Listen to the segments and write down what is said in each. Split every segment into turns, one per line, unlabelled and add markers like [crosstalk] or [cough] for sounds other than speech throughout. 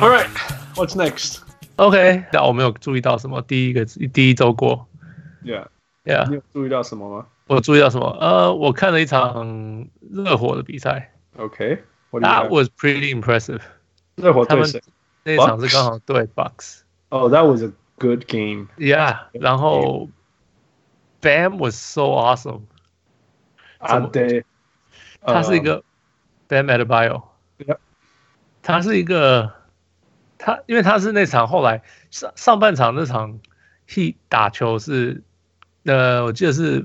All right, what's next?
OK，那我没有注意到什么。第一个第一周过
Yeah，
，Yeah，
你有注意到什么吗
我注意到什么？呃，我看了一场热火的比赛
？OK，what、do you have？
，That was pretty impressive。
热火对
他们
谁？
那一场是刚好对 Bucks，Yeah，
Oh, that was a good game.
然后 Bam was so awesome，
啊，
怎么
对，
他是一
Uh,
个 Bam at Bio，
Yep
他是一个他，因为他是那场后来上上半场那场 He 打球是呃，我记得是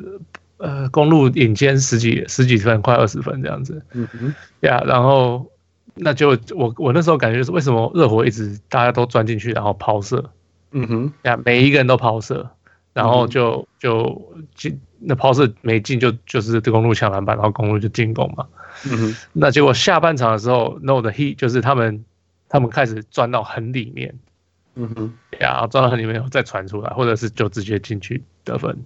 呃公路领先十几十几分，快二十分这样子，
嗯哼，
呀，然后那就我我那时候感觉就是为什么热火一直大家都钻进去，然后抛射，
嗯哼，
呀，每一个人都抛射，然后就、就进那抛射没进就就是公路抢篮板，然后公路就进攻嘛。
嗯哼，
那结果下半场的时候，No 的 He 就是他们他们开始钻到很里面，
嗯哼，
然后钻到很里面以后再传出来，或者是就直接进去得分。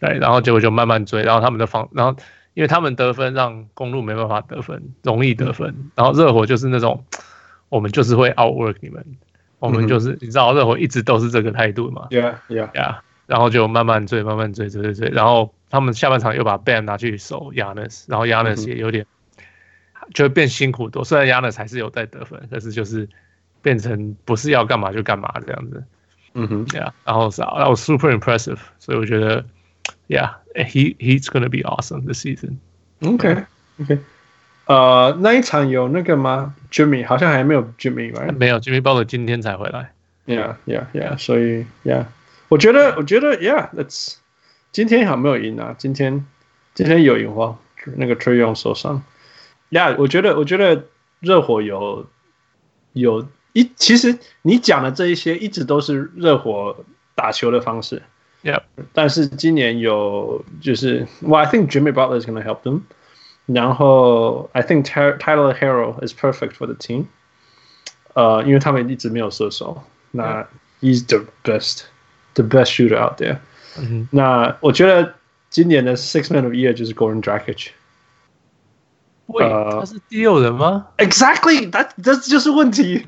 对，然后结果就慢慢追，然后他们的防，然后因为他们得分让公路没办法得分，容易得分，然后热火就是那种，我们就是会 outwork 你们，我
嗯哼
们就是、你知道热火一直都是这个态度嘛，
Yeah, yeah.
呀，然后就慢慢追，慢慢追，追追追，然后他们下半场又把 Bam 拿去守 Yanis，然后
嗯哼
Yanis 也有点、就会变辛苦多，虽然 Yanis 还是有在得分，可是就是变成不是要干嘛就干嘛这样子
嗯哼
，Yeah，然后是啊然后 super impressive，所以我觉得，Yeah，he he's gonna be awesome this season。
，OK, OK. 呃，那一场有 Uh, 那个吗？Jimmy 好像还没有 Jimmy 吧
没有 Jimmy Butler 今天才回来，
？Yeah, yeah, yeah. 所以 Yeah，我觉得，我觉得 Yeah, that's 今天好像没有赢啊，今天今天有赢哦，那个 Trey Young 受伤。Yeah，我觉得，我觉得热火有有一，其实你讲的这一些一直都是热火打球的方式。
Yeah.
但是今年有就是，Well, I think Jimmy Butler is going to help them. 然后 I think Ty- Tyler Hero is perfect for the team. 呃，因为他们一直没有射手，那 he's the best, the best shooter out there.
嗯
那我觉得今年的 Six Man of the Year 就是 Goran Dragic。
哼，喂，
呃
他是第六人吗？
Exactly, that 这就是问题。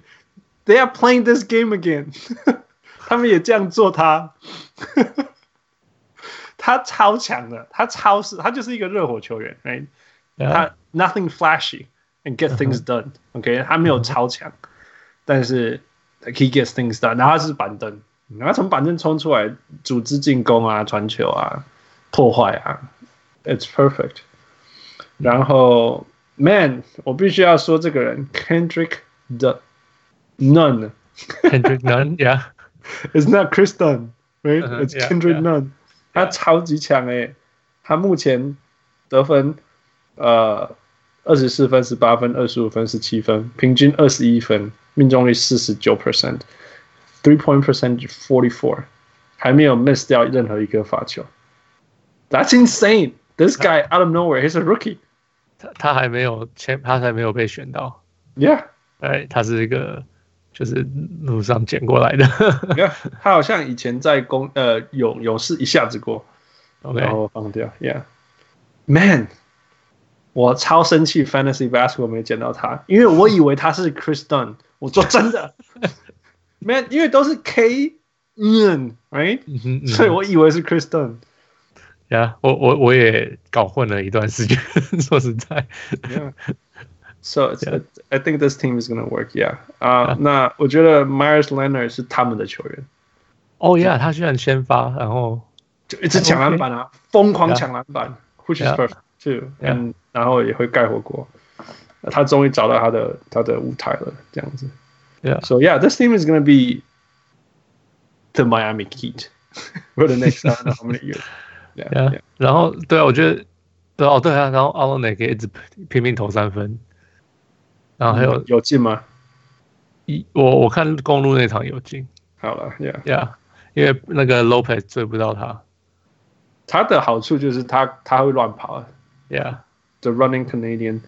They are playing this game again 。 [laughs] 他们也这样做他， [laughs] 他超强的，他超是，他就是一个热火球员，right？他 nothing flashy and get things done。OK，他没有超强，但是 he gets things done。然后他是板凳，然后从板凳冲出来，组织进攻啊，传球啊，破坏啊，it's perfect。然后 man，我必须要说这个人 Kendrick the Nunn
Kendrick Nunn，Yeah，
is not Chris Dunn，right？It's、
嗯哼 Uh-huh. yeah,
Kendrick
yeah.
Nunn，他超级强诶、eh. 他目前得分呃二十四分、十八分、二十五分、十七分，平均二十一分，命中率四十九 percent，three point percent forty four，还没有 miss 掉任何一个罚球。That's insane. This guy out of nowhere, he's a rookie.
他他还没有签，他还没有被选到。
Yeah.
哎，他是一个就是路上捡过来的。 [laughs]
你看， [laughs] 他好像以前在公呃勇勇士一下子过，
OK，
然后放掉，Yeah。Man，我超生气，Fantasy Basketball 没捡到他，因为我以为他是 Chris Dunn。我说真的，Man，因为都是 K N right，
嗯哼，
所以我以为是 Chris Dunn。
[laughs] 呀，我我我也搞混了一段时间， [laughs] 说实在
Yeah. So it's,
Yeah.
I think this team is gonna work. Yeah. 啊、那我觉得 Myers Leonard 是他们的球员，
[laughs] 哦呀，他居然先发，然后
就一直抢篮板啊，疯狂抢篮板，which is
Yeah.
perfect too。
Yeah.
嗯，然后也会盖火锅。他终于找到他的他的舞台了，这样子。
Yeah.
So yeah, this team is going to be the Miami Heat [laughs] for the next I don't know how many years. Yeah.
Yeah. 然后对啊，我觉得对哦对啊，然后阿隆内可以一直拼命投三分，然后还有
嗯有进吗？
一我我看公路那场有进
好了，Yeah。
呀，因为那个 Lopez 追不到他
他的好处就是他他会乱跑啊
呀
，The Running Canadian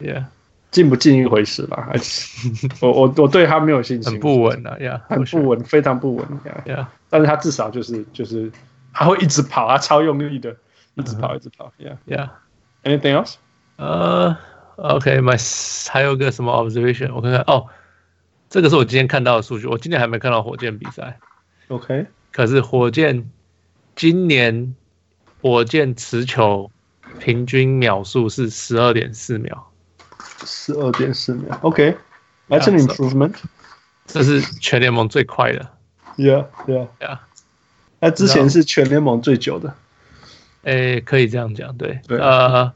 呀，
进不进一回事啦。
[laughs]
我我我对他没有信心，
很不，稳啊呀，
很不稳，非常不稳。Yeah.
呀
但是他至少就是就是他会一直跑，他超用力的，一直跑一直跑。Yeah.
呀。
Anything else?
呃，OK，my 还有个什么 observation，我看看哦，这个是我今天看到的数据，我今天还没看到火箭比赛，
OK，
可是火箭今年火箭持球平均秒数是十二点四秒，
十二点四秒。OK, that's an improvement.
这是全联盟最快的
Yeah, yeah.
呀。
那之前是全联盟最久的。
诶，可以这样讲，对，
对
呃，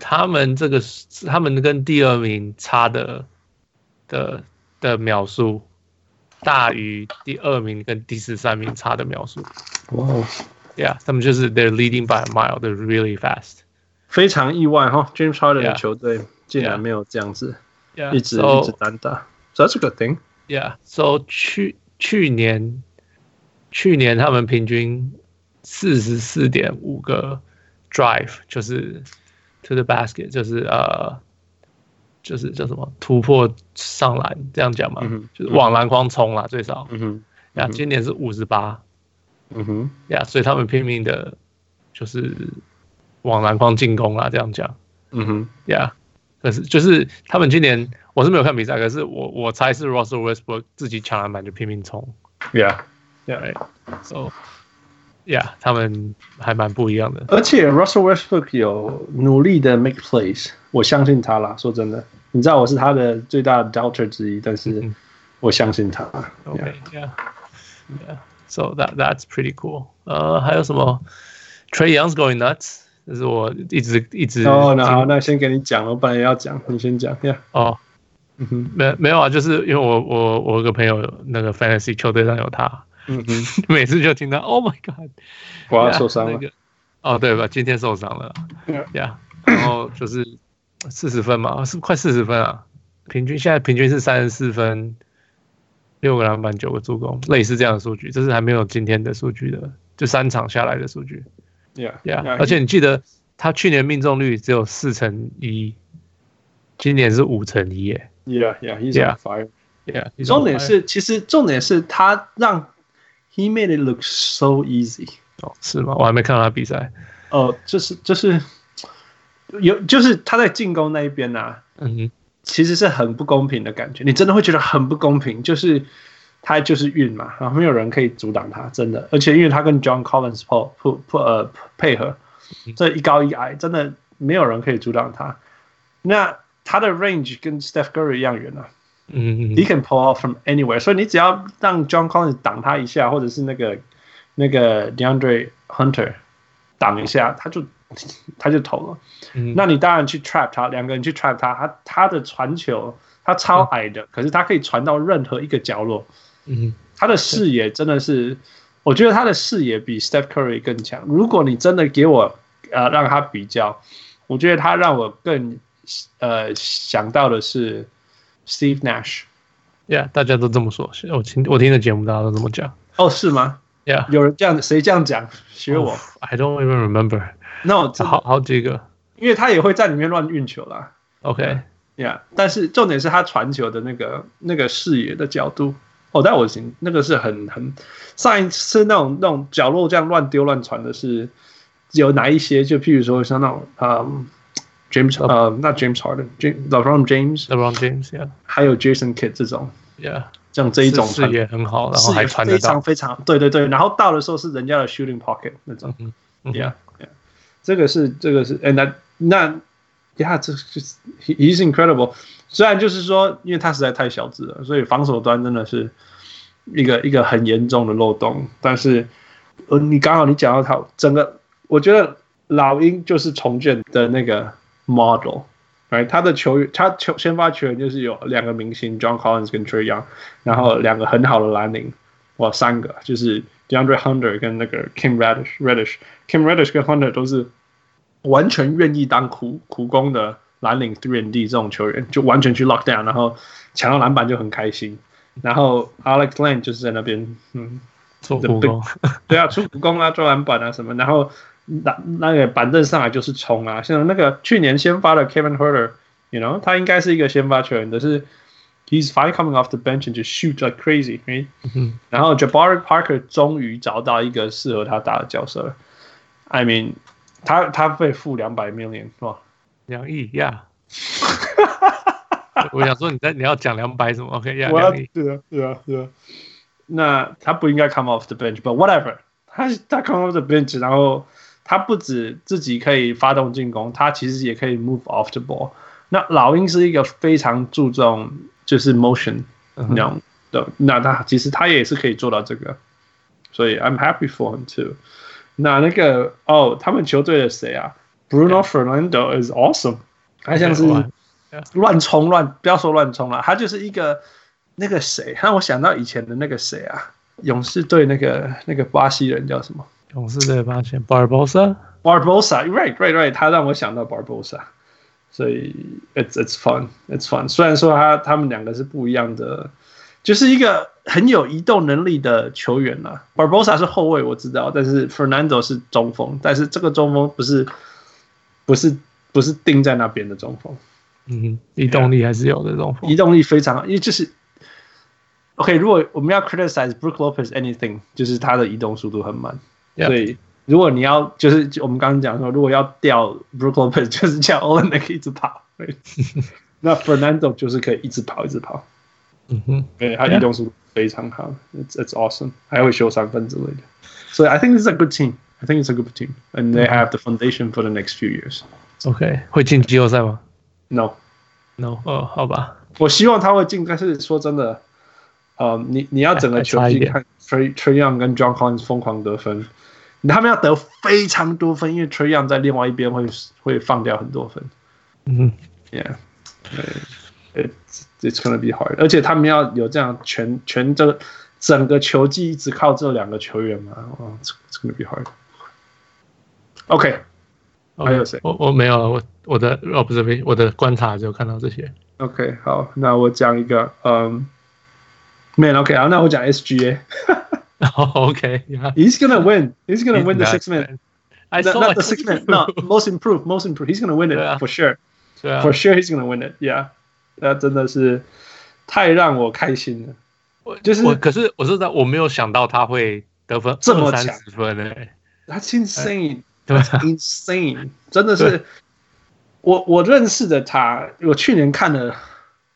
他们这个他们跟第二名差的的的秒数大于第二名跟第十三名差的秒数
哇哦，
，Yeah，他们就是 they're leading by a mile, they're really fast.
非常意外哈，James Harden 的
Yeah.
球队竟然
Yeah.
没有这样子
Yeah，
一直
so-
一直单打，So that's a good thing.
Yeah, so 去去年去年他们平均四十四点五个 drive，就是 to the basket，就是呃，就是叫什么突破上篮这样讲嘛，
嗯哼
就是往篮筐冲啦，最少。
嗯哼，
呀、
嗯哼
今年是五十八，
嗯哼，
呀，所以他们拼命的，就是往篮筐进攻啦，这样讲。
嗯哼，
Yeah，可是就是他们今年我是没有看比赛，可是我我猜是 Russell Westbrook 自己抢篮板就拼命冲
Yeah.
，So yeah，他们还蛮不一样的。
而且 Russell Westbrook 有努力的 make plays，我相信他啦。说真的，你知道我是他的最大的 doubter 之一，但是
嗯
我相信他。
OK，yeah，yeah，So that that's pretty cool。呃，还有什么？Trey Young's going nuts，这是我一直一直
哦，那好，那先给你讲，我本来要讲，你先讲。Yeah，
哦，
嗯哼，
没没有啊，就是因为我我我有个朋友那个 Fantasy 球队上有他， [laughs]
嗯哼，
每次就听到 Oh my God。
我要
对啊
受伤
那
了。
个哦，对吧？今天受伤了
Yeah.，
呀、然后就是四十分嘛，是快四十分啊，平均现在平均是三十四分，六个篮板，九个助攻，类似这样的数据，这是还没有今天的数据的，就三场下来的数据
Yeah，Yeah，
呀、而且你记得他去年命中率只有四成一，今年是五成一耶
Yeah，Yeah，He's
Yeah.
on fire。
，Yeah，he's on
重点
fire
是，其实重点是他让 He made it look so easy。
哦是吗？我还没看到他比赛，
哦，就是就是有就是他在进攻那一边呐、啊，
嗯哼，
其实是很不公平的感觉，你真的会觉得很不公平，就是他就是运嘛，然后没有人可以阻挡他，真的。而且因为他跟 John Collins 配配配呃配合，这一高一矮，真的没有人可以阻挡他。那他的 range 跟 Steph Curry 一样远啊
嗯
，He can pull out from anywhere，所以你只要让 John Collins 挡他一下，或者是那个那个 DeAndre Hunter 挡一下，他就他就投了。
嗯，
那你当然去 trap 他，两个人去 trap 他，他他的传球他超矮的，可是他可以传到任何一个角落，
嗯
他的视野真的是，我觉得他的视野比 Steph Curry 更强。如果你真的给我呃让他比较，我觉得他让我更呃想到的是 Steve Nash。
，Yeah，大家都这么说，我听我听的节目大家都这么讲
哦，是吗？
，Yeah。
有人这样谁这样讲？学我？
I don't even remember，
那我知
好
道，
好几个。
因为他也会在里面乱运球啦。
OK，
Yeah，但是重点是他传球的那个那个视野的角度。哦，但我行，那个是很很上一次那种那种角落这样乱丢乱传的是有哪一些？就譬如说像那种嗯 James
Oh
呃，那 James Harden，James LeBron James，
LeBron James，yeah
还有 Jason Kidd 这种
yeah，
像这一种
视
传
野很好，然后
视
还
野
传
非
得到
常。非常对对对，然后到的时候是人家的 shooting pocket 那种。
嗯
Yeah, yeah. 这个是这个是，哎，那那呀，这就是 he- he's incredible。虽然就是说，因为他实在太小只了，所以防守端真的是一个一个很严重的漏洞。但是，呃，你刚好你讲到他整个，我觉得老鹰就是重建的那个 model。right？他的球员，他球先发球员就是有两个明星 John Collins 跟 Trey Young，然后两个很好的蓝领，哇，三个就是 DeAndre Hunter 跟那个 Kim Radish Radish，Kim Radish 跟 Hunter 都是完全愿意当苦苦工的蓝领 three and D 这种球员，就完全去 lock down，然后抢到篮板就很开心。然后 Alex Lane 就是在那边，嗯，
做故宫，
对啊，出苦工啊，抓篮板啊什么，然后那那个板凳上来就是冲啊，像那个去年先发的 Kevin Herter，you know，他应该是一个先发球员，但是 he's finally coming off the bench and just shoot like crazy，、right?
嗯
然后 Jabari Parker 终于找到一个适合他打的角色了。I mean，他他被付两百 [laughs] million 是吧？
两亿，yeah，我想说你在你要讲两百什么？OK，呀、
我要
yeah,，
对啊，对啊，对啊。那他不应该 come off the bench，but whatever，他他 come off the bench，然后他不止自己可以发动进攻，他其实也可以 move off the ball。那老鹰是一个非常注重就是 motion
嗯哼
那种的，那他其实他也是可以做到这个，所以 I'm happy for him too。那那个哦，他们球队的谁啊？Bruno Fernando is awesome，他像是
对哇
乱冲乱，不要说乱冲了，他就是一个那个谁，让我想到以前的那个谁啊，勇士队那个那个巴西人叫什么
勇士队发现 Barbosa，
？Barbosa，right right right，他让我想到 Barbosa，所以 it's it's fun it's fun。虽然说他他们两个是不一样的，就是一个很有移动能力的球员啦、Barbosa 是后卫我知道，但是 Fernando 是中锋，但是这个中锋不是不是不是定在那边的中锋。
嗯哼，移动力还是有的这种风
移动力非常好，因为就是 OK，如果我们要 criticize Brook Lopez anything，就是他的移动速度很慢
Yeah.
所以如果你要就是就我们刚刚讲说，如果要调 Brook Lopez，就是叫 Olenek 一直跑，right？那 Fernando 就是可以一直跑一直跑，
嗯哼，
对，他移动速度非常好，it's it's awesome，还会修三分之类的，所、以 I think it's a good team。I think it's a good team, and they have the foundation for the next few years.
OK，会进季后赛吗
No，
？No，哦，好吧，
我希望他会进，但是说真的，呃，你你要整个球
哎还差一
季
点
看 Trey Trey Young 跟 John Collins 疯狂得分，他们要得非常多分，因为 Trey Young 在另外一边会会放掉很多分
嗯哼，
，Yeah，呃 it's it's gonna be hard，而且他们要有这样全全这个整个球季一直靠这两个球员嘛，哦，it's it's gonna be hard。OK 还有谁
我我没有了，我我的哦不是不是我的观察就看到这些。 [laughs]
OK，好，那我讲一个，嗯，Man OK，好，那我讲 SGA。
OK，yeah,
He's gonna win. He's gonna
he's
win the
not
six man.
bad. I
No,
saw
not
it.
the six man. No, most improved. Most improved. He's gonna win it
Yeah.
for sure.
[laughs] 对啊
For，sure, he's gonna win it. Yeah，那真的是 uh, 太让我开心了。
我
就是
我，可是我知道我没有想到他会得分
这么
三
强
十分诶，
That's
[laughs]
insane.
对啊吧？
[laughs] insane，真的是我我认识的他，我去年看了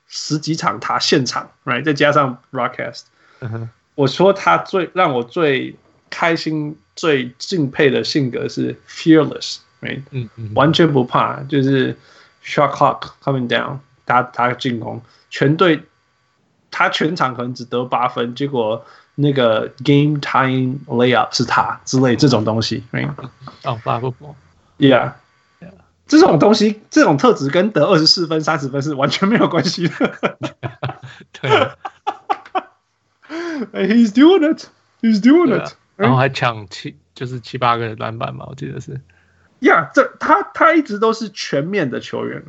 十几场他现场，right，再加上 broadcast，
嗯哼
我说他最让我最开心、最敬佩的性格是 fearless，right。
嗯嗯，
完全不怕，就是 shot clock coming down，他他进攻，全队他全场可能只得八分，结果那个 game time layup 是他之类这种东西，right？Yeah，
哦发不不，Yeah
这种东西这种特质跟得二十四分、三十分是完全没有关系的。 [laughs]
对
嗯
啊，
He's doing it, he's doing
对啊
it。
然后还抢七就是七八个篮板吧，我记得是。
呀这他他一直都是全面的球员，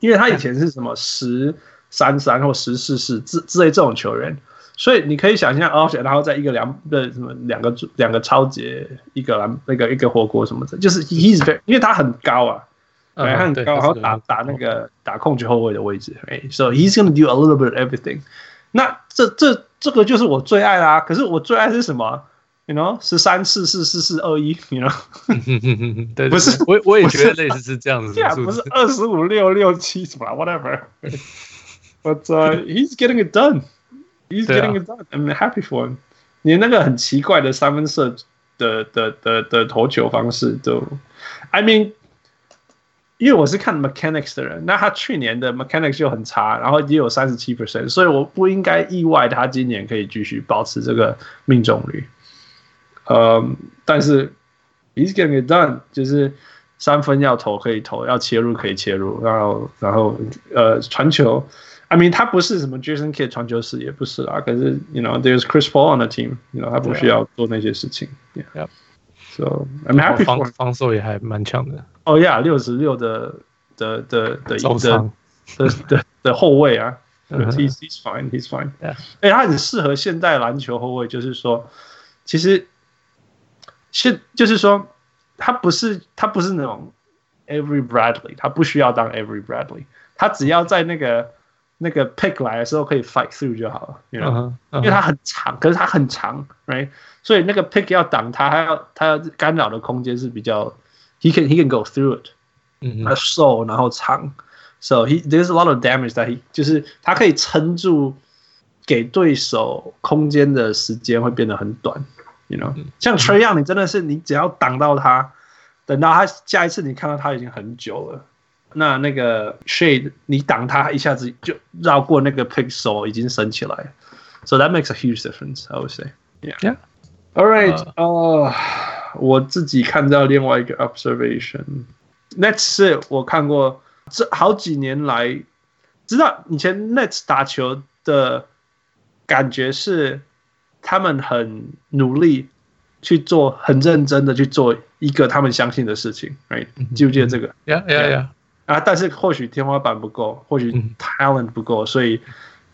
因为他以前是什么十三三或十四四之之类这种球员，所以你可以想象哦，然后再一个两个什么两个两个超级一个篮那个一个火锅什么的，就是 he's very 因为他很高啊，
嗯
对，他很
对
高，然后打
嗯
打那个打控球后卫的位置，哎、s o he's gonna do a little bit of everything。那这这这个就是我最爱啦、可是我最爱是什么？You know，十三四四四四二一，You know。
[laughs] 对，对
不是
对我我也
不是
觉得类似是这样
[laughs]
子
对啊，
的数
不是
字。
二十五六六七什么 whatever。But、uh, he's getting it done. He's
对啊
getting it done. I'm happy for him. 你那个很奇怪的三分射的的的的投球方式都，I mean，因为我是看 mechanics 的人，那他去年的 mechanics 就很差，然后也有三十七 percent，所以我不应该意外他今年可以继续保持这个命中率。呃，但是 he's getting it done，就是三分要投可以投，要切入可以切入，然后然后呃传球，I mean 他不是什么 Jason Kidd 传球师也不是啦，可是 you know there's Chris Paul on the team，you know 他不需要做那些事情。Yeah.
Yep.
So I'm happy
防
for him.
防守也还蛮强的，
Oh yeah，六十六的的的的
周
的
长。
的的的后卫啊。
嗯哼
He's he's fine, he's fine.
Yeah.
哎、他很适合现代篮球后卫，就是说，其实现就是说，他不是他不是那种 every Bradley，他不需要当 every Bradley，他只要在那个那个 pick 来的时候可以 fight through 就好了，you know？
嗯哼，因
因为它很长，可是它很长，right？所以那个 pick 要挡它，还要它要干扰的空间是比较，he can he can go through it，
嗯
它
哼
瘦然后长， So he there's a lot of damage that he 就是他可以撑住给对手空间的时间会变得很短，you know，像 Trey Young 你真的是你只要挡到他，等到他下一次你看到他已经很久了。那那个 shade 你挡他一下子就绕过那个 pixel 已经升起来了，so that makes a huge difference I would say yeah
Yeah.
all right 呃、我自己看到另外一个 observation 那次我看过这好几年来知道以前 Nets 打球的感觉是，他们很努力去做，很认真的去做一个他们相信的事情，right？记不记得这个
Yeah, yeah, yeah.
啊？但是或许天花板不够，或许
嗯
talent 不够，所以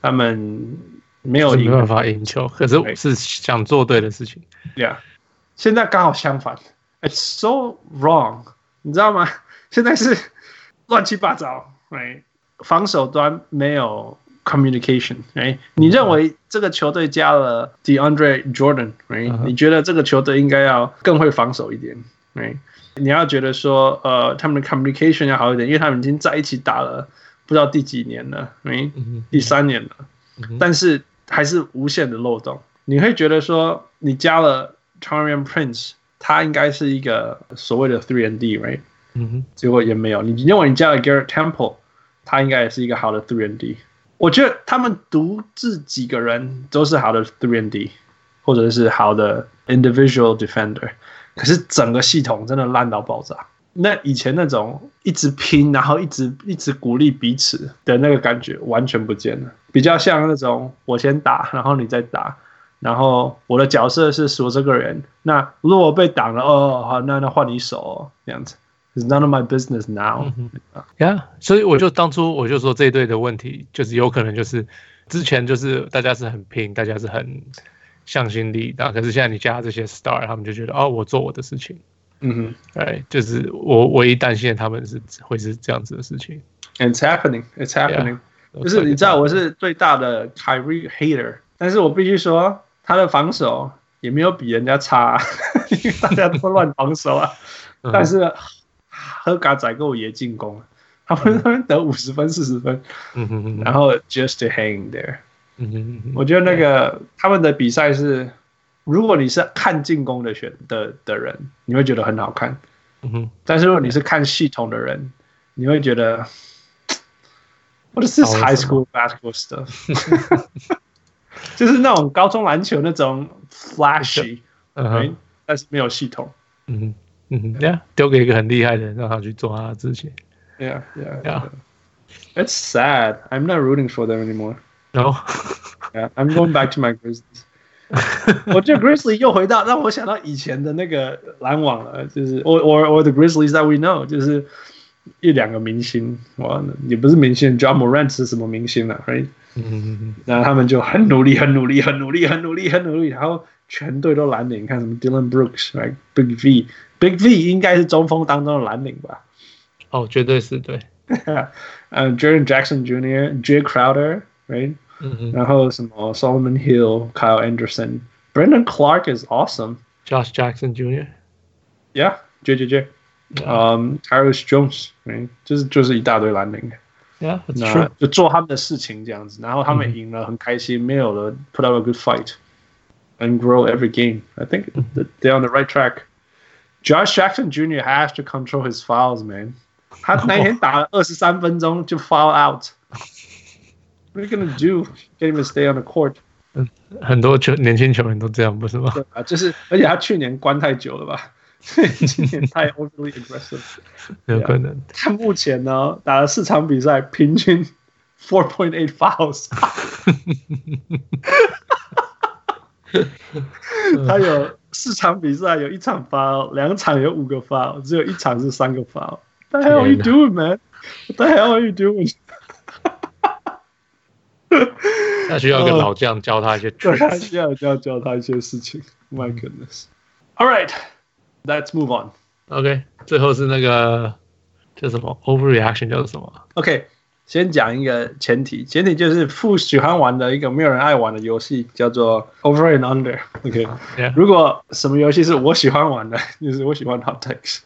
他们没有
就是
赢
没办法赢球，可是是想做对的事情。
Yeah，现在刚好相反，It's so wrong，你知道吗？现在是 [laughs] 乱七八糟，right？防守端没有 communication，right？你认为这个球队加了 DeAndre Jordan，right？、
嗯哼
你觉得这个球队应该要更会防守一点，right？你要觉得说，呃，他们的 communication 要好一点，因为他们已经在一起打了不知道第几年了，right？
嗯
第三年了，
哼
但是还是无限的漏洞。你会觉得说，你加了 t a r i a n Prince，他应该是一个所谓的 three and D，right？
嗯哼，
结果也没有。你认为你加了 Garrett Temple，他应该也是一个好的 three and D。我觉得他们独自几个人都是好的 three and D，或者是好的 individual defender，可是整个系统真的烂到爆炸。那以前那种一直拼，然后一直一直鼓励彼此的那个感觉完全不见了，比较像那种我先打，然后你再打，然后我的角色是说这个人，那如果被挡了，哦，好，那那换你手、哦、这样子，It's none of my business
嗯
now、哦
Yeah，所以我就当初我就说这一队的问题，就是有可能就是之前就是大家是很拼，大家是很向心力，然后可是现在你加这些 star，他们就觉得哦，我做我的事情。
嗯
哎，就是我唯一担心的他们是会是这样子的事情。
哼，It's happening, It's happening。就是你知道我是最大的 Kyrie hater，但是我必须说他的防守也没有比人家差、啊，因为大家都乱防守啊。
[laughs] 嗯
但是喝嘎仔跟我爷进攻，他们他们得五十分四十分，
嗯哼嗯哼
然后 just to hang there。
嗯哼嗯
我觉得那个他们的比赛是，如果你是看进攻的选的的人，你会觉得很好看；
哼嗯哼，
但是如果你是看系统的人，你会觉得 What is this
搞了
high
什么
school basketball stuff？就是那种高中篮球那种 flashy，、
嗯
right？
哼
但是没有系统。
嗯哼嗯哼，Yeah，丢给一个很厉害的人，让他去做他的事情。
Yeah, yeah,
Yeah.
It's sad. I'm not rooting for them anymore.
然后
Yeah, I'm going back to my Grizzlies. [laughs] 我觉得 Grizzly 又回到让我想到以前的那个篮网了，就是 or or or the Grizzlies that we know，就是一两个明星，哇，也不是明星，John Morant 是什么明星了、r i g h t
嗯哼嗯哼。
然后他们就很努力，很努力，很努力，很努力，很努力，然后全队都蓝领，看什么 Dylan Brooks、like Big V、Big V 应该是中锋当中的蓝领吧， [laughs]
[laughs] 哦，绝对是对，
嗯、j o r d a n Jackson Jr.、Jay Crowder，right？
嗯哼
然后什么 Solomon Hill、Kyle Anderson、Brandon Clark is awesome。
，Josh Jackson Jr.
Yeah, JJJ. Um, Iris Jones, right? 就是就是一大堆蓝领，
Yeah, that's
那
true.
就做他们的事情这样子，然后他们赢了很开心，没有了 put up a good fight and grow every game. I think that they're on the right track. Josh Jackson Jr. has to control his fouls, man. 他那天打了二十三分钟就 foul out. What are you gonna do? Get him to stay on the court?
很多球年轻球员都这样，不是吗？
对啊，就是而且他去年关太久了吧， [laughs] 所以今年太 overly aggressive。
有可能。
他目前呢打了四场比赛，平均 four point eight fouls，他
嗯
有四场比赛有一场 foul，两场有五个 foul，只有一场是三个 foul。What the hell are you doing, man? What the hell are you doing? [laughs]
那需要一个老将教他一些
对他
tricks。
需要教教他一些事情。My goodness. All right, let's move on.
OK，最后是那个叫什么 overreaction，叫做什么？
OK，先讲一个前提，前提就是父喜欢玩的一个没有人爱玩的游戏叫做 Over and Under。OK，
Yeah
如果什么游戏是我喜欢玩的，就是我喜欢 Hot Takes，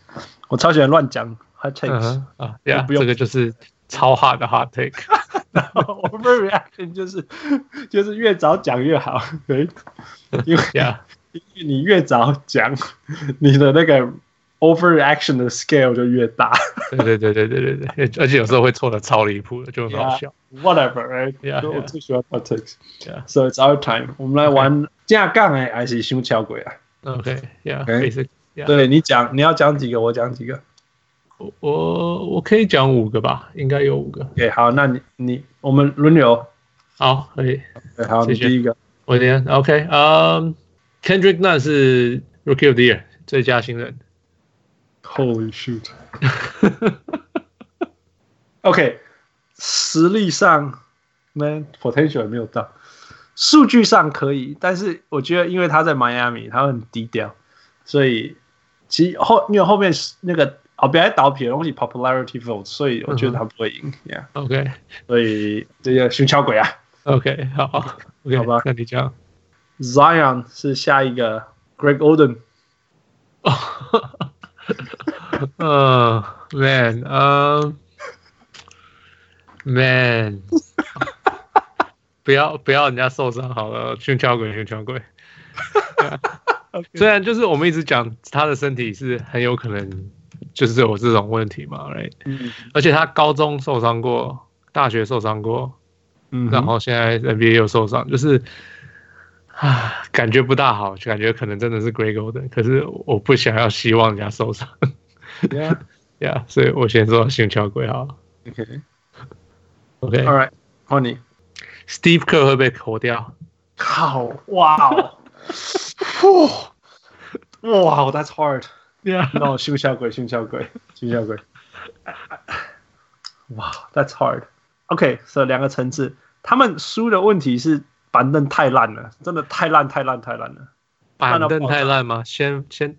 我超喜欢乱讲 Hot
嗯
Takes。
哼啊，Yeah，
不用
这个就是超 hard 的 hard
[laughs]
take。
然后 [laughs] overreaction 就是就是越早讲越好，对，
嗯
因为
Yeah，
因为你越早讲，你的那个 overreaction 的 scale 就越大。
对对对对对对对，而且有时候会错的超离谱的，就很好笑。
Whatever, right?
Yeah,
我
yeah.
最喜欢 politics,
Yeah.
so it's our time. 我们来玩架杠哎，还是胸敲鬼啊？Okay.
OK，Yeah，basic。Yeah.
对你讲，你要讲几个，我讲几个。
我我我可以讲五个吧，应该有五个。
OK，好，那你你我们轮流。
好，可以。
对好，你
谢谢
第一个。
我先 OK，嗯、k e n d r i c k Nunn 是 Rookie of the Year 最佳新人。
Holy shoot. OK，实力上呢 potential 也没有到，数据上可以，但是我觉得因为他在 Miami，他很低调，所以其实后因为后面那个哦，别来倒撇东西 popularity vote，所以我觉得他不会赢、y e a h
OK
所以这个寻敲鬼啊
OK，好，OK，
好吧
那
[laughs]
你讲。
，Zion 是下一个 Greg Oden，
嗯、m a n 嗯、m a n [laughs] 不要不要人家受伤好了，胸敲鬼胸敲鬼。虽然就是我们一直讲他的身体是很有可能就是有这种问题嘛，right？
嗯
而且他高中受伤过，大学受伤过，
嗯
然后现在 NBA 又受伤，就是啊，感觉不大好，就感觉可能真的是 Greg Golden，可是我不想要希望人家受伤
，Yeah，OK，All
呀所以我先说星桥鬼好了。OK，Steve、
right，换你。
Kerr 会被扣掉。
靠，哇 [laughs] 哦，哇哇，That's hard。
Yeah，
No，胸小鬼，胸小鬼，胸 [laughs] 小鬼。哇，That's hard。OK，所、so, 以两个层次，他们输的问题是板凳太烂了，真的太烂，太烂，太烂了。
板凳太烂吗？先先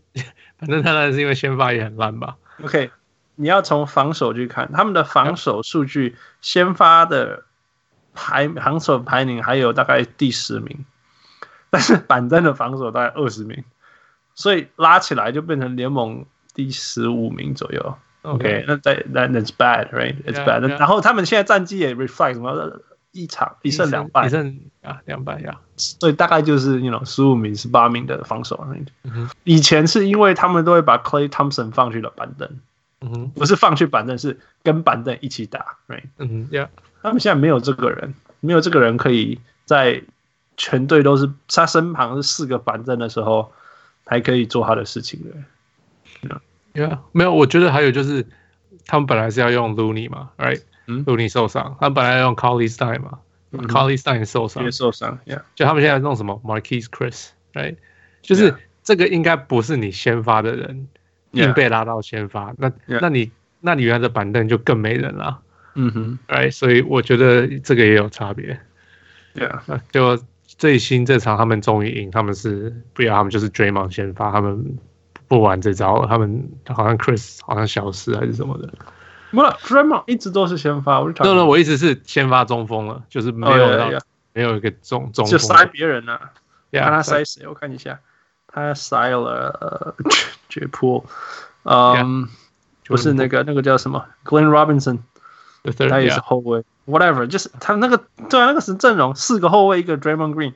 板凳太烂是因为先发也很烂吧？
OK，你要从防守去看他们的防守数据，先发的排防守排名还有大概第十名，但是板凳的防守大概二十名，所以拉起来就变成联盟第十五名左右。OK，那在那 That's bad, right? It's
Yeah,
bad.
yeah.
然后他们现在战绩也 reflect 什么一场一胜两败
一，胜啊两败呀。
所以大概就是你 know 十五名、十八名的防守。right？
嗯哼
以前是因为他们都会把 Clay Thompson 放去了板凳。
嗯哼
不是放去板凳，是跟板凳一起打。Right？
嗯哼，Yeah，
他们现在没有这个人，没有这个人可以在全队都是他身旁是四个板凳的时候，还可以做他的事情的。
Yeah，没有，我觉得还有就是，他们本来是要用 Looney 嘛，Right？
嗯
l o o n e y 受伤，他们本来要用 Collie Stein 嘛、
嗯
c o l l i e Stein 受伤
因为，受伤，Yeah，
就他们现在弄什么 Marquis Chris，Right？就是这个应该不是你先发的人
Yeah
硬被拉到先发，那
Yeah
那你那你原来的板凳就更没人了啊
嗯哼
，Right？所以我觉得这个也有差别。
，Yeah，
那就最新这场他们终于赢，他们是不要，他们就是 Draymond 先发，他们不玩这招了，他们好像 Chris 好像消失还是什么的。
不了 d r a m o n 一直都是先发，我就
n
讲
o 我意思是先发中锋了，就是没有到、
哦，yeah, yeah, yeah
没有一个中中
就
锋，
塞别人了、啊，
Yeah，
看他塞谁，我看一下，他塞了呃杰普，嗯，不是那个那个叫什么 Glenn Robinson。
the third,
他也是后卫，whatever，就是他那个对啊，那个是阵容，四个后卫，一个 Draymond Green，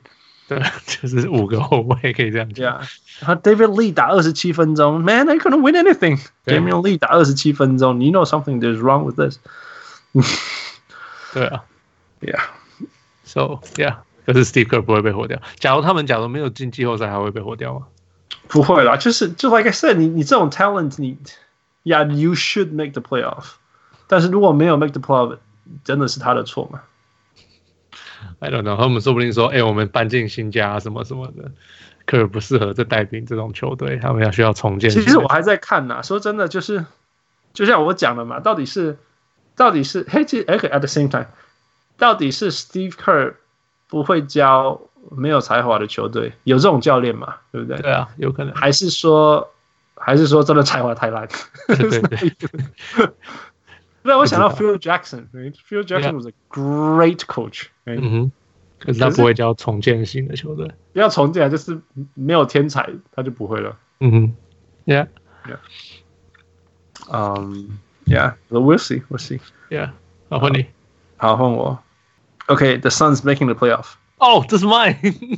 对， [laughs] 就是五个后卫可以这样
对
讲。
啊，然后 David Lee 打二十七分钟，Man，they couldn't win anything。
对
Damian Lee 打二十七分钟，You know something is wrong with this？
对啊
Yeah，
，So yeah，可是 Steve Kerr 不会被火掉。假如他们假如没有进季后赛，还会被火掉吗？
不会啦，就是就 like I said，你你这种 talent，你，Yeah，you should make the playoff。但是如果没有 make the playoff，真的是他的错嘛？
I don't know，他们说不定说，哎、我们搬进新家啊什么什么的，科尔不适合这带兵这种球队，他们要需要重建。
其实我还在看呐、说真的，就是就像我讲的嘛，到底是到底是嘿，其实哎 at the same time，到底是 Steve Kerr 不会教没有才华的球队，有这种教练嘛，对不对？
对啊，有可能，
还是说还是说真的才华太烂？
对
[laughs]
对对
那我想到
不
Phil Jackson，Phil Jackson
Yeah.
was a great coach，right？哎
嗯哼，可是他
可是
不会教重建型的球队。
要重建就是没有天才，他就不会了。
嗯哼，Yeah
嗯，Yeah，we'll see，we'll see。
Yeah，然后你，
好，换我。Okay, the Suns making the playoff.
哦，这是 Oh, [laughs] mine。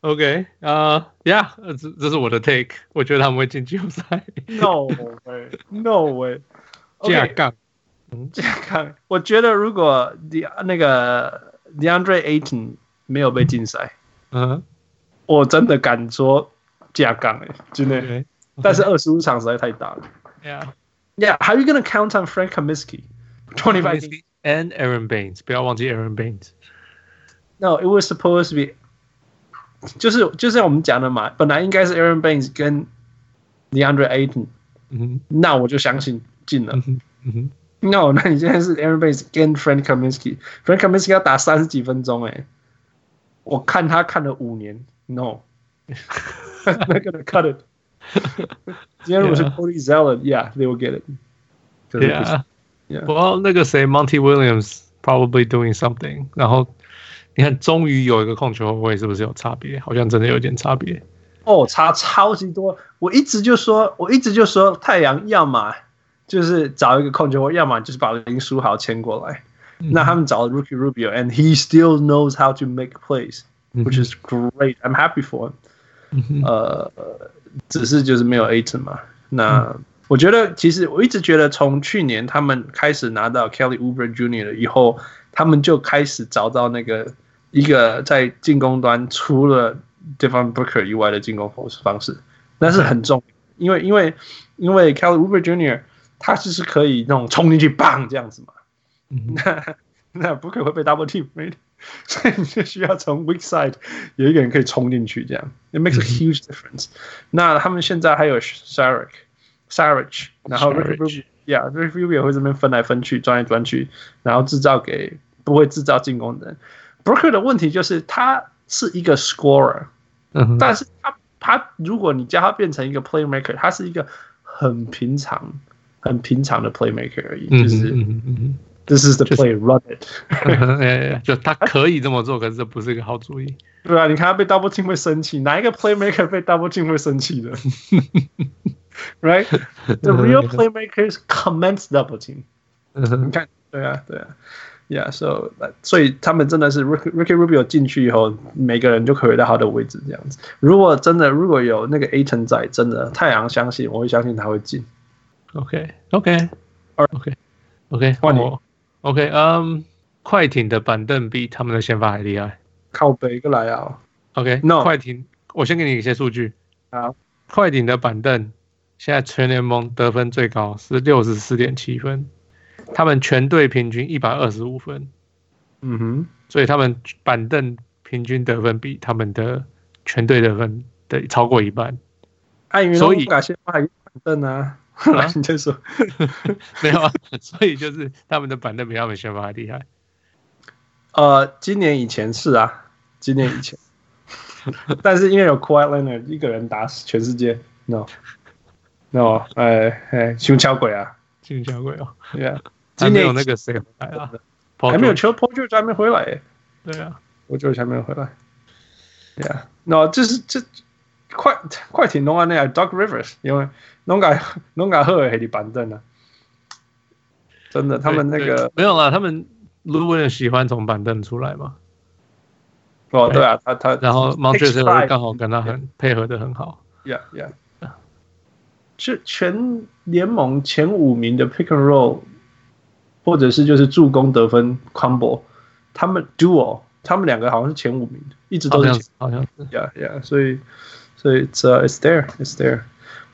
OK，呃、uh,，Yeah，呃这这是我的 take，我觉得他们会进季后赛。
[laughs] No way, no way.
架
OK，
杠
这样看，我觉得如果 De 那个 DeAndre Ayton 没有被禁赛，
嗯
我真的敢说架杠哎，真的。
，OK，
但是二十五场实在太大了。
Yeah，
Yeah, how are you gonna count on Frank Kaminsky? Twenty five games.
and Aaron Baines，不要忘记 Aaron Baines。
No, it was supposed to be，就是就是我们讲的嘛，本来应该是 Aaron Baines 跟 DeAndre Ayton，
嗯
那我就相信进了
哼。嗯哼，
No，那你现在是 Aaron Baines 跟 Frank Kaminsky，Frank Kaminsky 要打三十几分钟哎、我看他看了五年，No，那个 cut it。今天如果是
Yeah.
Cody Zeller，Yeah，they will get it。可是不是
Yeah.
Yeah.
Well, 那个谁，Monty Williams probably doing something。然后你看，终于有一个控球后卫，是不是有差别？好像真的有点差别。
哦，差超级多。我一直就说，我一直就说，太阳要么就是找一个控球后卫，要么就是把林书豪签过来。
嗯
那他们找了 Rookie Rubio，and he still knows how to make plays，which
嗯哼
is great. I'm happy for him.
嗯哼
呃，只是就是没有 Aton 嘛。那我觉得，其实我一直觉得，从去年他们开始拿到 Kelly Uber Junior 以后，他们就开始找到那个一个在进攻端除了 Devon Booker 以外的进攻方式方式，那是很重要，因为因为因为 Kelly Uber Junior 他就是可以那种冲进去棒这样子嘛。
嗯哼
那 [laughs] 那 Booker 会被 double team，right？所以你就需要从 weak side 有一个人可以冲进去，这样 it makes a huge difference。那他们现在还有 Saric、Saric，然后
Saric
Rubio，yeah，Rick Rubio 会这边分来分去，转来转去，然后制造给不会制造进攻的人。Booker 的问题就是他是一个 scorer，
嗯哼，
但是他他如果你叫他变成一个 playmaker，他是一个很平常、很平常的 playmaker 而已，
嗯
就是。
嗯哼嗯哼
This is the
就是
play, run it。
嗯哼， [laughs] 哎就他可以这么做，可是这不是一个好主意。
对啊，你看他被 double team 会生气，哪一个 playmaker 被 double team 会生气的 [laughs] ？Right? The [laughs]
[laughs]
real playmakers commence double team.
嗯哼
你看，对啊，对啊，Yeah. So，呃所以他们真的是 Ricky Ricky Rubio 进去以后，每个人就可以回到他的位置这样子。如果真的如果有那个 Aton 在，真的太阳相信，我会相信他会进。
OK OK
Alright.
OK OK，
换你
我 OK，嗯、快艇的板凳比他们的先发还厉害。
靠北一个来啊！
OK，
No
快艇，我先给你一些数据。
好，
快艇的板凳现在全联盟得分最高是六十四点七分，他们全队平均一百二十五分，
嗯哼，
所以他们板凳平均得分比他们的全队得分的超过一半。
艾云
所以
感谢还有板凳啊，来 [laughs] 你再说。
[laughs] 没有啊，所以就是他们的板凳比他们先发还厉害。
呃，今年以前是啊，今年以前， [laughs] 但是因为有 Kawhi Leonard 一个人打死全世界，no no，哎哎，胸敲鬼啊
进小鬼哦，
，yeah，
还
今
没
年
有那个谁回来啊？
还没有
Paul
球 p o r g e 还没回来耶，
George，对啊，
我就还没有回来，yeah，no，这是这快快艇弄啊那样 Doc Rivers，因为弄个弄个赫尔还的板凳呢、真的，他们那
对
个
对没有啦，他们 l u w i n 喜欢从板凳出来嘛，
哦，对啊，他他
然后 m o n t r e
takes
a
pride
刚好跟他很配合的很好。
Yeah, yeah.
啊
是全联盟前五名的 pick and roll，或者是就是助攻得分 combo，他们 duo，他们两个好像是前五名，一直
好
都是
像
前
是好像是，
Yeah, yeah. 所以所以 it's、it's uh, there, it's there.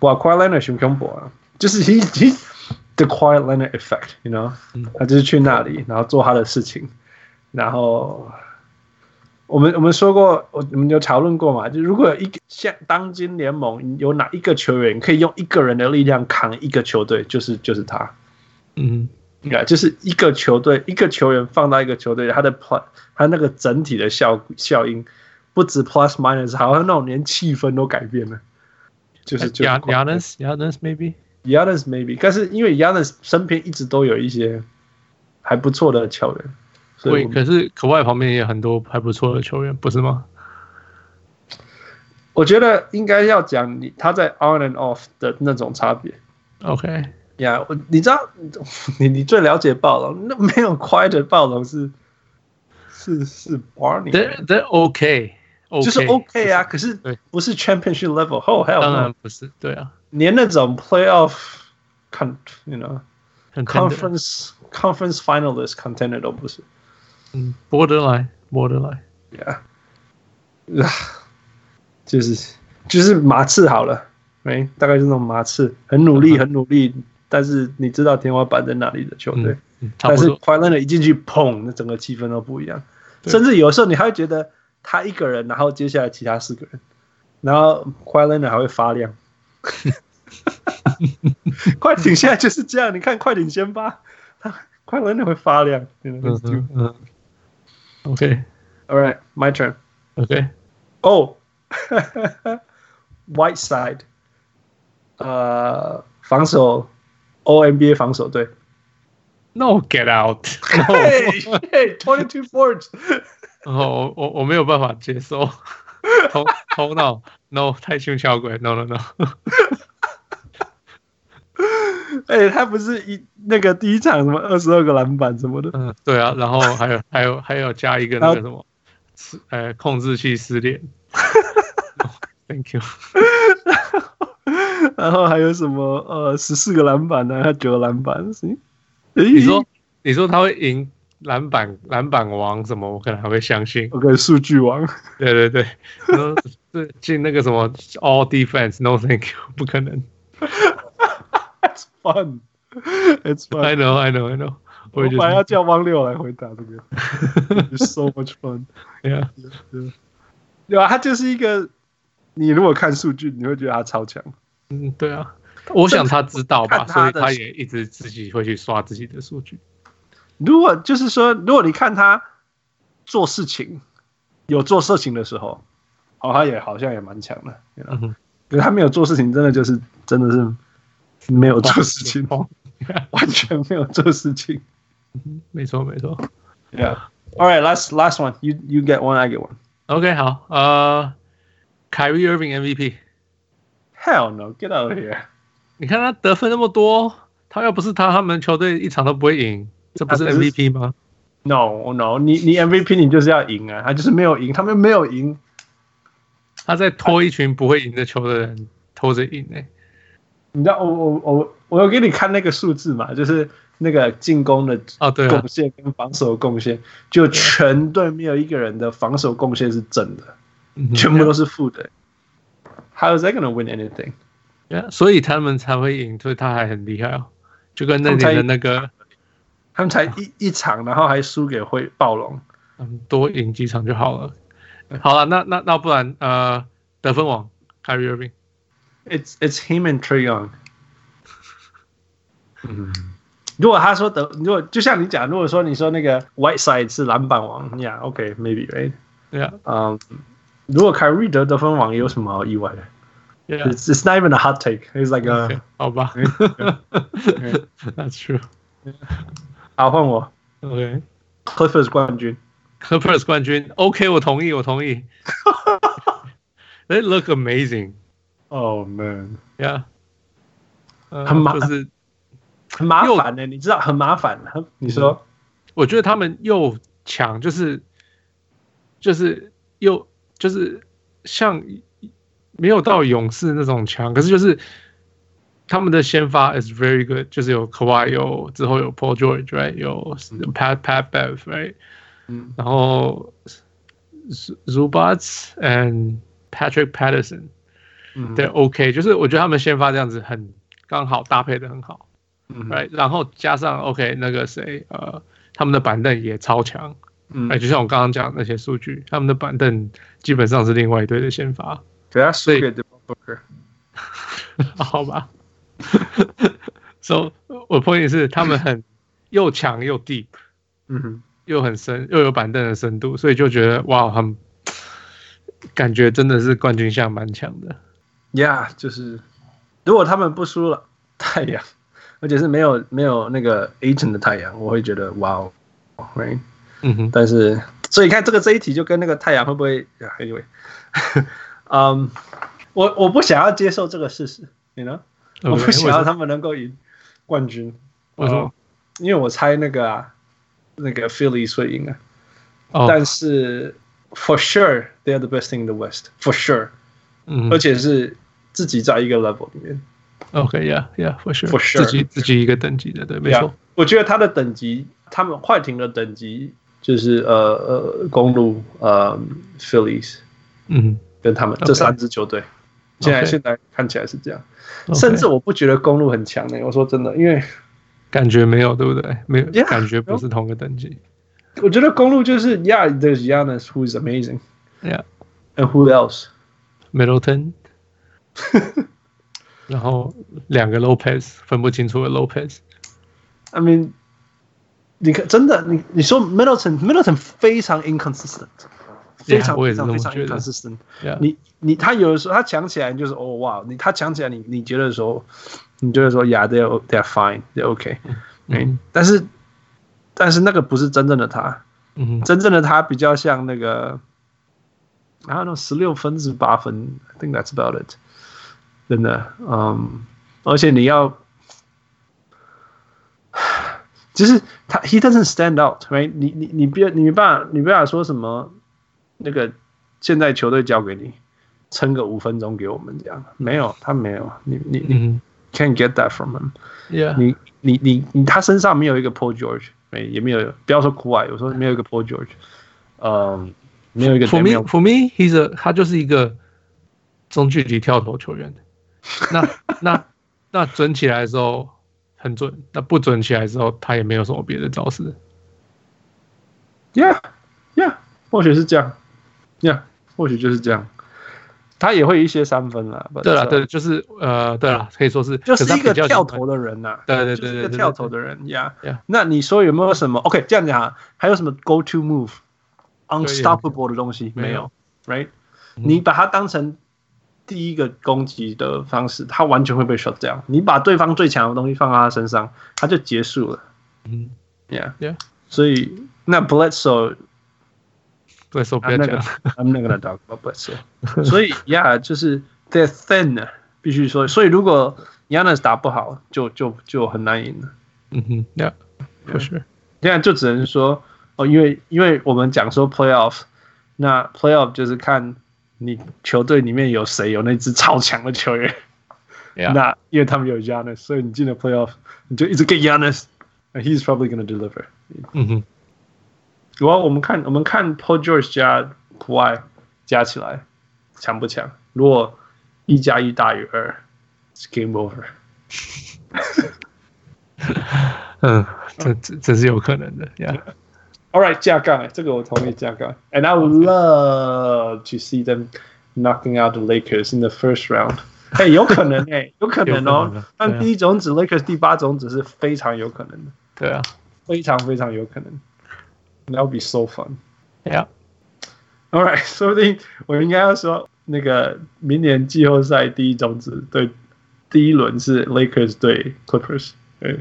哇 q u i e t Leonard 熊胸脯啊，就是 he he the Quiet Leonard effect, you know？、
嗯
他就是去那里，然后做他的事情，然后我们我们说过，我我们有讨论过嘛，就如果有一个像当今联盟有哪一个球员可以用一个人的力量扛一个球队，就是就是他。
嗯
啊，就是一个球队一个球员放到一个球队，他的 plus 他那个整体的效效应不止 plus minus，好像那种连气氛都改变了。就是就是
，Yan Yanis Yanis maybe，
Yanis maybe，但是因为 Yanis 身边一直都有一些还不错的球员，所以
对，
我
可是可外旁边也有很多还不错的球员，不是吗？
我觉得应该要讲你他在 on and off 的那种差别。
OK，
呀，我你知道， [laughs] 你你最了解暴龙，那没有 quiet 的暴龙是是是 Barney，
They're they're OK，, o k
就是 OK 啊，可是
对
不是 championship level，哦，还有
当然不是，对啊，
连那种 playoff con，you know
很 contender
conference conference finalist contender 都不是
嗯，borderline borderline，
，yeah，啊就是就是马刺好了，没，大概是那种马刺，很努力
嗯哼
很努力，但是你知道天花板在哪里的球队。
嗯嗯，差
但
不
是
多，
q u i l a n d 一进去，砰，那整个气氛都不一样。
对
甚至有时候你还会觉得他一个人，然后接下来其他四个人，然后 q u i l a n d 还会发
[laughs]
亮。快艇现在就是这样，你看快艇先发，他 q u i l a n d 会发亮。真的
嗯
是
嗯嗯，OK
All right, my turn.
OK，
Oh, [laughs] White Side，呃，防守 O NBA 防守队。
No, get out！
Hey,
[laughs]
hey, twenty two boards.
然后哦我我我没有办法接受，头 [laughs] 头脑 no 太凶小鬼，no no no，
[laughs] 哎、他不是一那个第一场什么二十二个篮板什么的，
嗯， [laughs] 啊对啊，然后还有还有还有加一个那个什么，失呃，控制器失 [laughs] 联，Thank you，
然后还有什么呃十四个篮板呢、啊，九个篮板，行你
你说你说他会赢篮板篮板王什么，我可能还会相信，
我跟数据王，
对对 [laughs] 对，你说对进那个什么 all defense no thank you，不可能
it's fun, [laughs] it's fun。
[laughs] ，I know I know I know，
我
哎我也
本
觉
来要
得
叫汪六来回答这个，it's so much fun。
，Yeah，
对啊吧？他就是一个，你如果看数据，你会觉得他超强。
嗯，对啊。我想他知道吧，
看他
所以
的
他也一直自己会去刷自己的数据。
如果就是说，如果你看他做事情，有做事情的时候，哦，他也好像也蛮强的，you know
嗯哼
可是他没有做事情，真的就是真的是没有
哦
做事情，完全没有做事
[laughs]
情。
没错，没错。
Yeah. All right, last last one. You you get one, I get one.
OK，好，呃，凯瑞·厄文 MVP，
Hell no, get out of here.
你看他得分那么多，他要不是他，他们球队一场都不会赢，这不是
啊可是
MVP 吗？
No no，你你 MVP 你就是要赢啊，他就是没有赢，他们没有赢。
他在拖一群不会赢的球的人拖着赢诶、欸
你知道我我我我有给你看那个数字嘛，就是那个进攻的
哦，对啊
贡，献跟防守贡献，就全队没有一个人的防守贡献是正的，
嗯啊哼
全部都是负的。How is that gonna win anything？
对啊所以他们才会赢，所以他还很厉害哦。就跟那年的那个，
他们才一一场，然后还输给灰暴龙。
嗯，多赢几场就好了。好了，那那那不然，呃，得分王凯瑞·厄文，
It's it's him and Trey Young。嗯，如果他说得，如果就像你讲，如果说你说那个 Whiteside 是篮板王，Yeah，OK，maybe、right。
对啊，
嗯，如果凯瑞得得分王有什么好意外的
对啊，
？It's it's not even a hot take. It's like a
好吧
Okay.
[laughs] ，That's true。
[laughs] 好换我
OK。
Clippers 冠军。
Clippers 冠军，OK，我同意，我同意。They look amazing,
Oh man，
yeah，、呃、
很麻
就是
很麻烦欸的、你知道很麻烦。很你说，
我觉得他们又强，就是就是又就是像没有到勇士那种强，可是就是他们的先发 is very good，就是有 Kawhi，有之后有 Paul George，right，有 Pat Pat Bev，right，
嗯
然后 Z- Zubats and Patrick Patterson。
嗯，
对，OK，就是我觉得他们先发这样子很刚好搭配的很好、
嗯
r i g h t 然后加上 OK 那个谁呃，他们的板凳也超强，
嗯
哎、，就像我刚刚讲的那些数据，他们的板凳基本上是另外一队的先发， [laughs]
给他输
对
给 d e b o o k
好吧？So 我 point 是他们很又强又 deep，
嗯哼，
又很深，又有板凳的深度，所以就觉得哇，很感觉真的是冠军相蛮强的。
，Yeah，就是如果他们不输了太阳，而且是没有没有那个 Aiton 的太阳，我会觉得哇哦，Right？
嗯哼，
但是所以你看这个这一题就跟那个太阳会不会啊？Anyway，嗯、我我不想要接受这个事实，你呢
OK，
我不想
为什
要
么
他们能够赢。冠军，
为什么？
因为我猜那个啊，那个 Phillies 会赢啊。
哦，
但是 for sure they are the best in the West for sure，、
嗯
而且是自己在一个 level 里面。
，OK，yeah，yeah，for sure，
For sure
自己自己一个等级的，对，没
Yeah，
错，
我觉得他的等级，他们快艇的等级就是呃呃公路呃 Phillies
嗯，
跟他们
OK
这三支球队。现在
OK
现在看起来是这样
OK
甚至我不觉得公路很强呢、欸我说真的，因为
感觉没有，对不对？没有
Yeah，
感觉不是同个等级
我觉得公路就是 Yeah, there's Giannis who is amazing
，yeah，Middleton，
and who else？
[laughs] 然后两个 Lopez 分不清楚的 Lopez，
I mean，你看，真的，你你说 Middleton Middleton 非常 inconsistent，非常
我也
非
是这
常
么
非常
觉得
inconsistent。
yeah，
你你他有的时候他强起来你就是哦哇，你他强起来你你觉得说，你觉得说 yeah they are they are fine they are okay，
嗯
但是但是那个不是真正的他，
嗯
真正的他比较像那个，I don't know 十六分至八分，I think that's about it，真的，嗯，而且你要。就是他，he doesn't stand out，right？你你你别你没办法，你没办法说什么那个现在球队交给你，撑个五分钟给我们这样，没有他没有，你你你
嗯
can't get that from him。
，yeah，
你你你你他身上没有一个 Paul George，没也没有，不要说苦矮，有时候没有一个 Paul George，嗯，没有一个
For
Damian
me, for me, he's a 他就是一个中距离跳投球员。那那那准起来的时候很准，那不准起来的时候他也没有什么别的招式。
Yeah, yeah，或许是这样，Yeah，或许就是这样。他也会一些三分啦，but-
对了，对，就是呃，对了，可以说是
就是一个
可他比较
跳投的人呐、
对对对
就是一
对
个
对
跳投的人呀。
Yeah
那你说有没有什么？OK，这样讲啊，还有什么 go to move
有
unstoppable 的东西没
没
有
有嗯
？Right？、你把它当成第一个攻击的方式，它完全会被 shut down。你把对方最强的东西放到他身上，他就结束了。
嗯
Yeah，
，Yeah，
所以那 Bledsoe
对，说不要
I'm
讲
not gonna I'm not gonna talk about Bledsoe
[laughs]
所以 yeah，就是 they're thin，必须说。所以如果 Yanis 打不好，就就就很难赢了。
嗯哼，Yeah，for sure，
现在就只能说哦，因为因为我们讲说 playoff，那 playoff 就是看你球队里面有谁有那支超强的球员
Yeah
那因为他们有 Yanis，所以你进了 playoff，你就一直跟 Yanis，he's probably gonna deliver。
嗯哼
主要我们看我们看 Paul George 加 Kawhi 加起来强不强？如果一加一大于二，it's game over。
嗯，这这这是有可能的，Yeah，
All right，架杠，这个我同意架杠。And I would love to see them knocking out the Lakers in the first round。哎，有可能哎、
[laughs]
有可能
有
哦
可能。
但
对啊
第一种子 Lakers 第八种子是非常有可能的，
对啊
非常非常有可能。That would be so fun。
，Yeah，
All right，说 [laughs] 不定我应该要说，那个明年季后赛第一种子对第一轮是 Lakers 对 Clippers。对，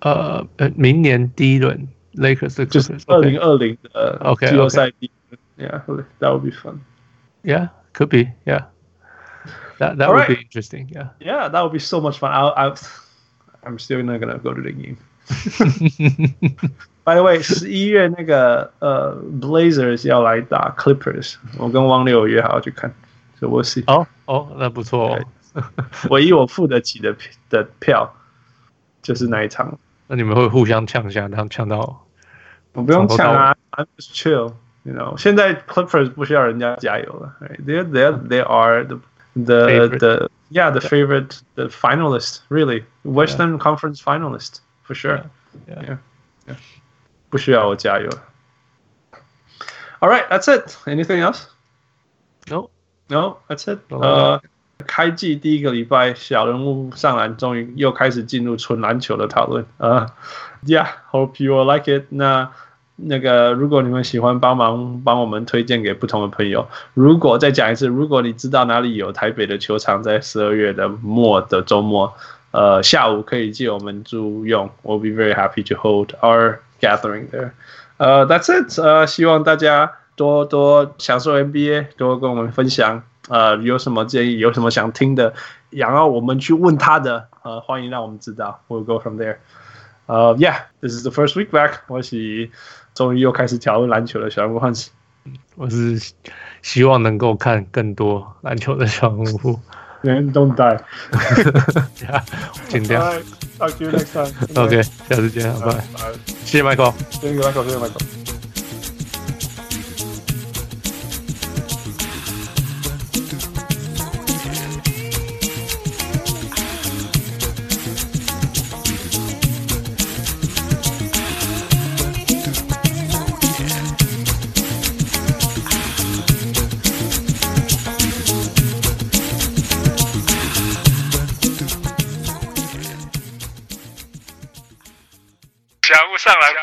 呃呃，明年第一轮 Lakers 的
就是二零二零的
OK，OK
季后赛第一轮。Yeah，that would be fun。
Yeah, could be. Yeah, that that
All
would
right.
be interesting. Yeah.
Yeah, that would be so much fun. I, I, [sighs] I'm still not gonna go to the game. By the way，十一月那个呃 Blazers 要来打 Clippers，我跟汪六约好要去看，所以我是
[laughs] 哦哦，那不错哦。
唯一我付得起的的票就是那一场，
那你们会互相呛一下，然后呛到
我不用抢啊，I'm just chill。You know，现在 Clippers 不需要人家加油了 right?，They they they are the the
Favorite.
the yeah the favorite the finalist really Western Conference finalist for sure.
Yeah.
Yeah. 不需要我加油。All right, that's it. Anything else?
no
No, that's it.
好
呃
吧，
开季第一个礼拜，小人物上篮终于又开始进入纯篮球的讨论。呃、y e a h hope you all like it. 那那个，如果你们喜欢，帮忙帮我们推荐给不同的朋友。如果再讲一次，如果你知道哪里有台北的球场，在十二月的末的周末，呃，下午可以借我们租用。We'll be very happy to hold our gathering there. 呃、t h a t s it. 呃，希望大家多多享受 NBA，多跟我们分享。呃，有什么建议，有什么想听的，想要我们去问他的，呃，欢迎让我们知道。We'll go from there. 呃、uh,，Yeah，this is the first week back。我是终于又开始讨论篮球的小人物汉斯。
我是希望能够看更多篮球的小人 [laughs] 物。
Man, don't die.
尽量。
All right, talk to you next [laughs] time.
OK，下次见，拜拜。
Bye.
谢谢 Michael。
谢谢 Michael，谢谢 Michael。
小屋上来。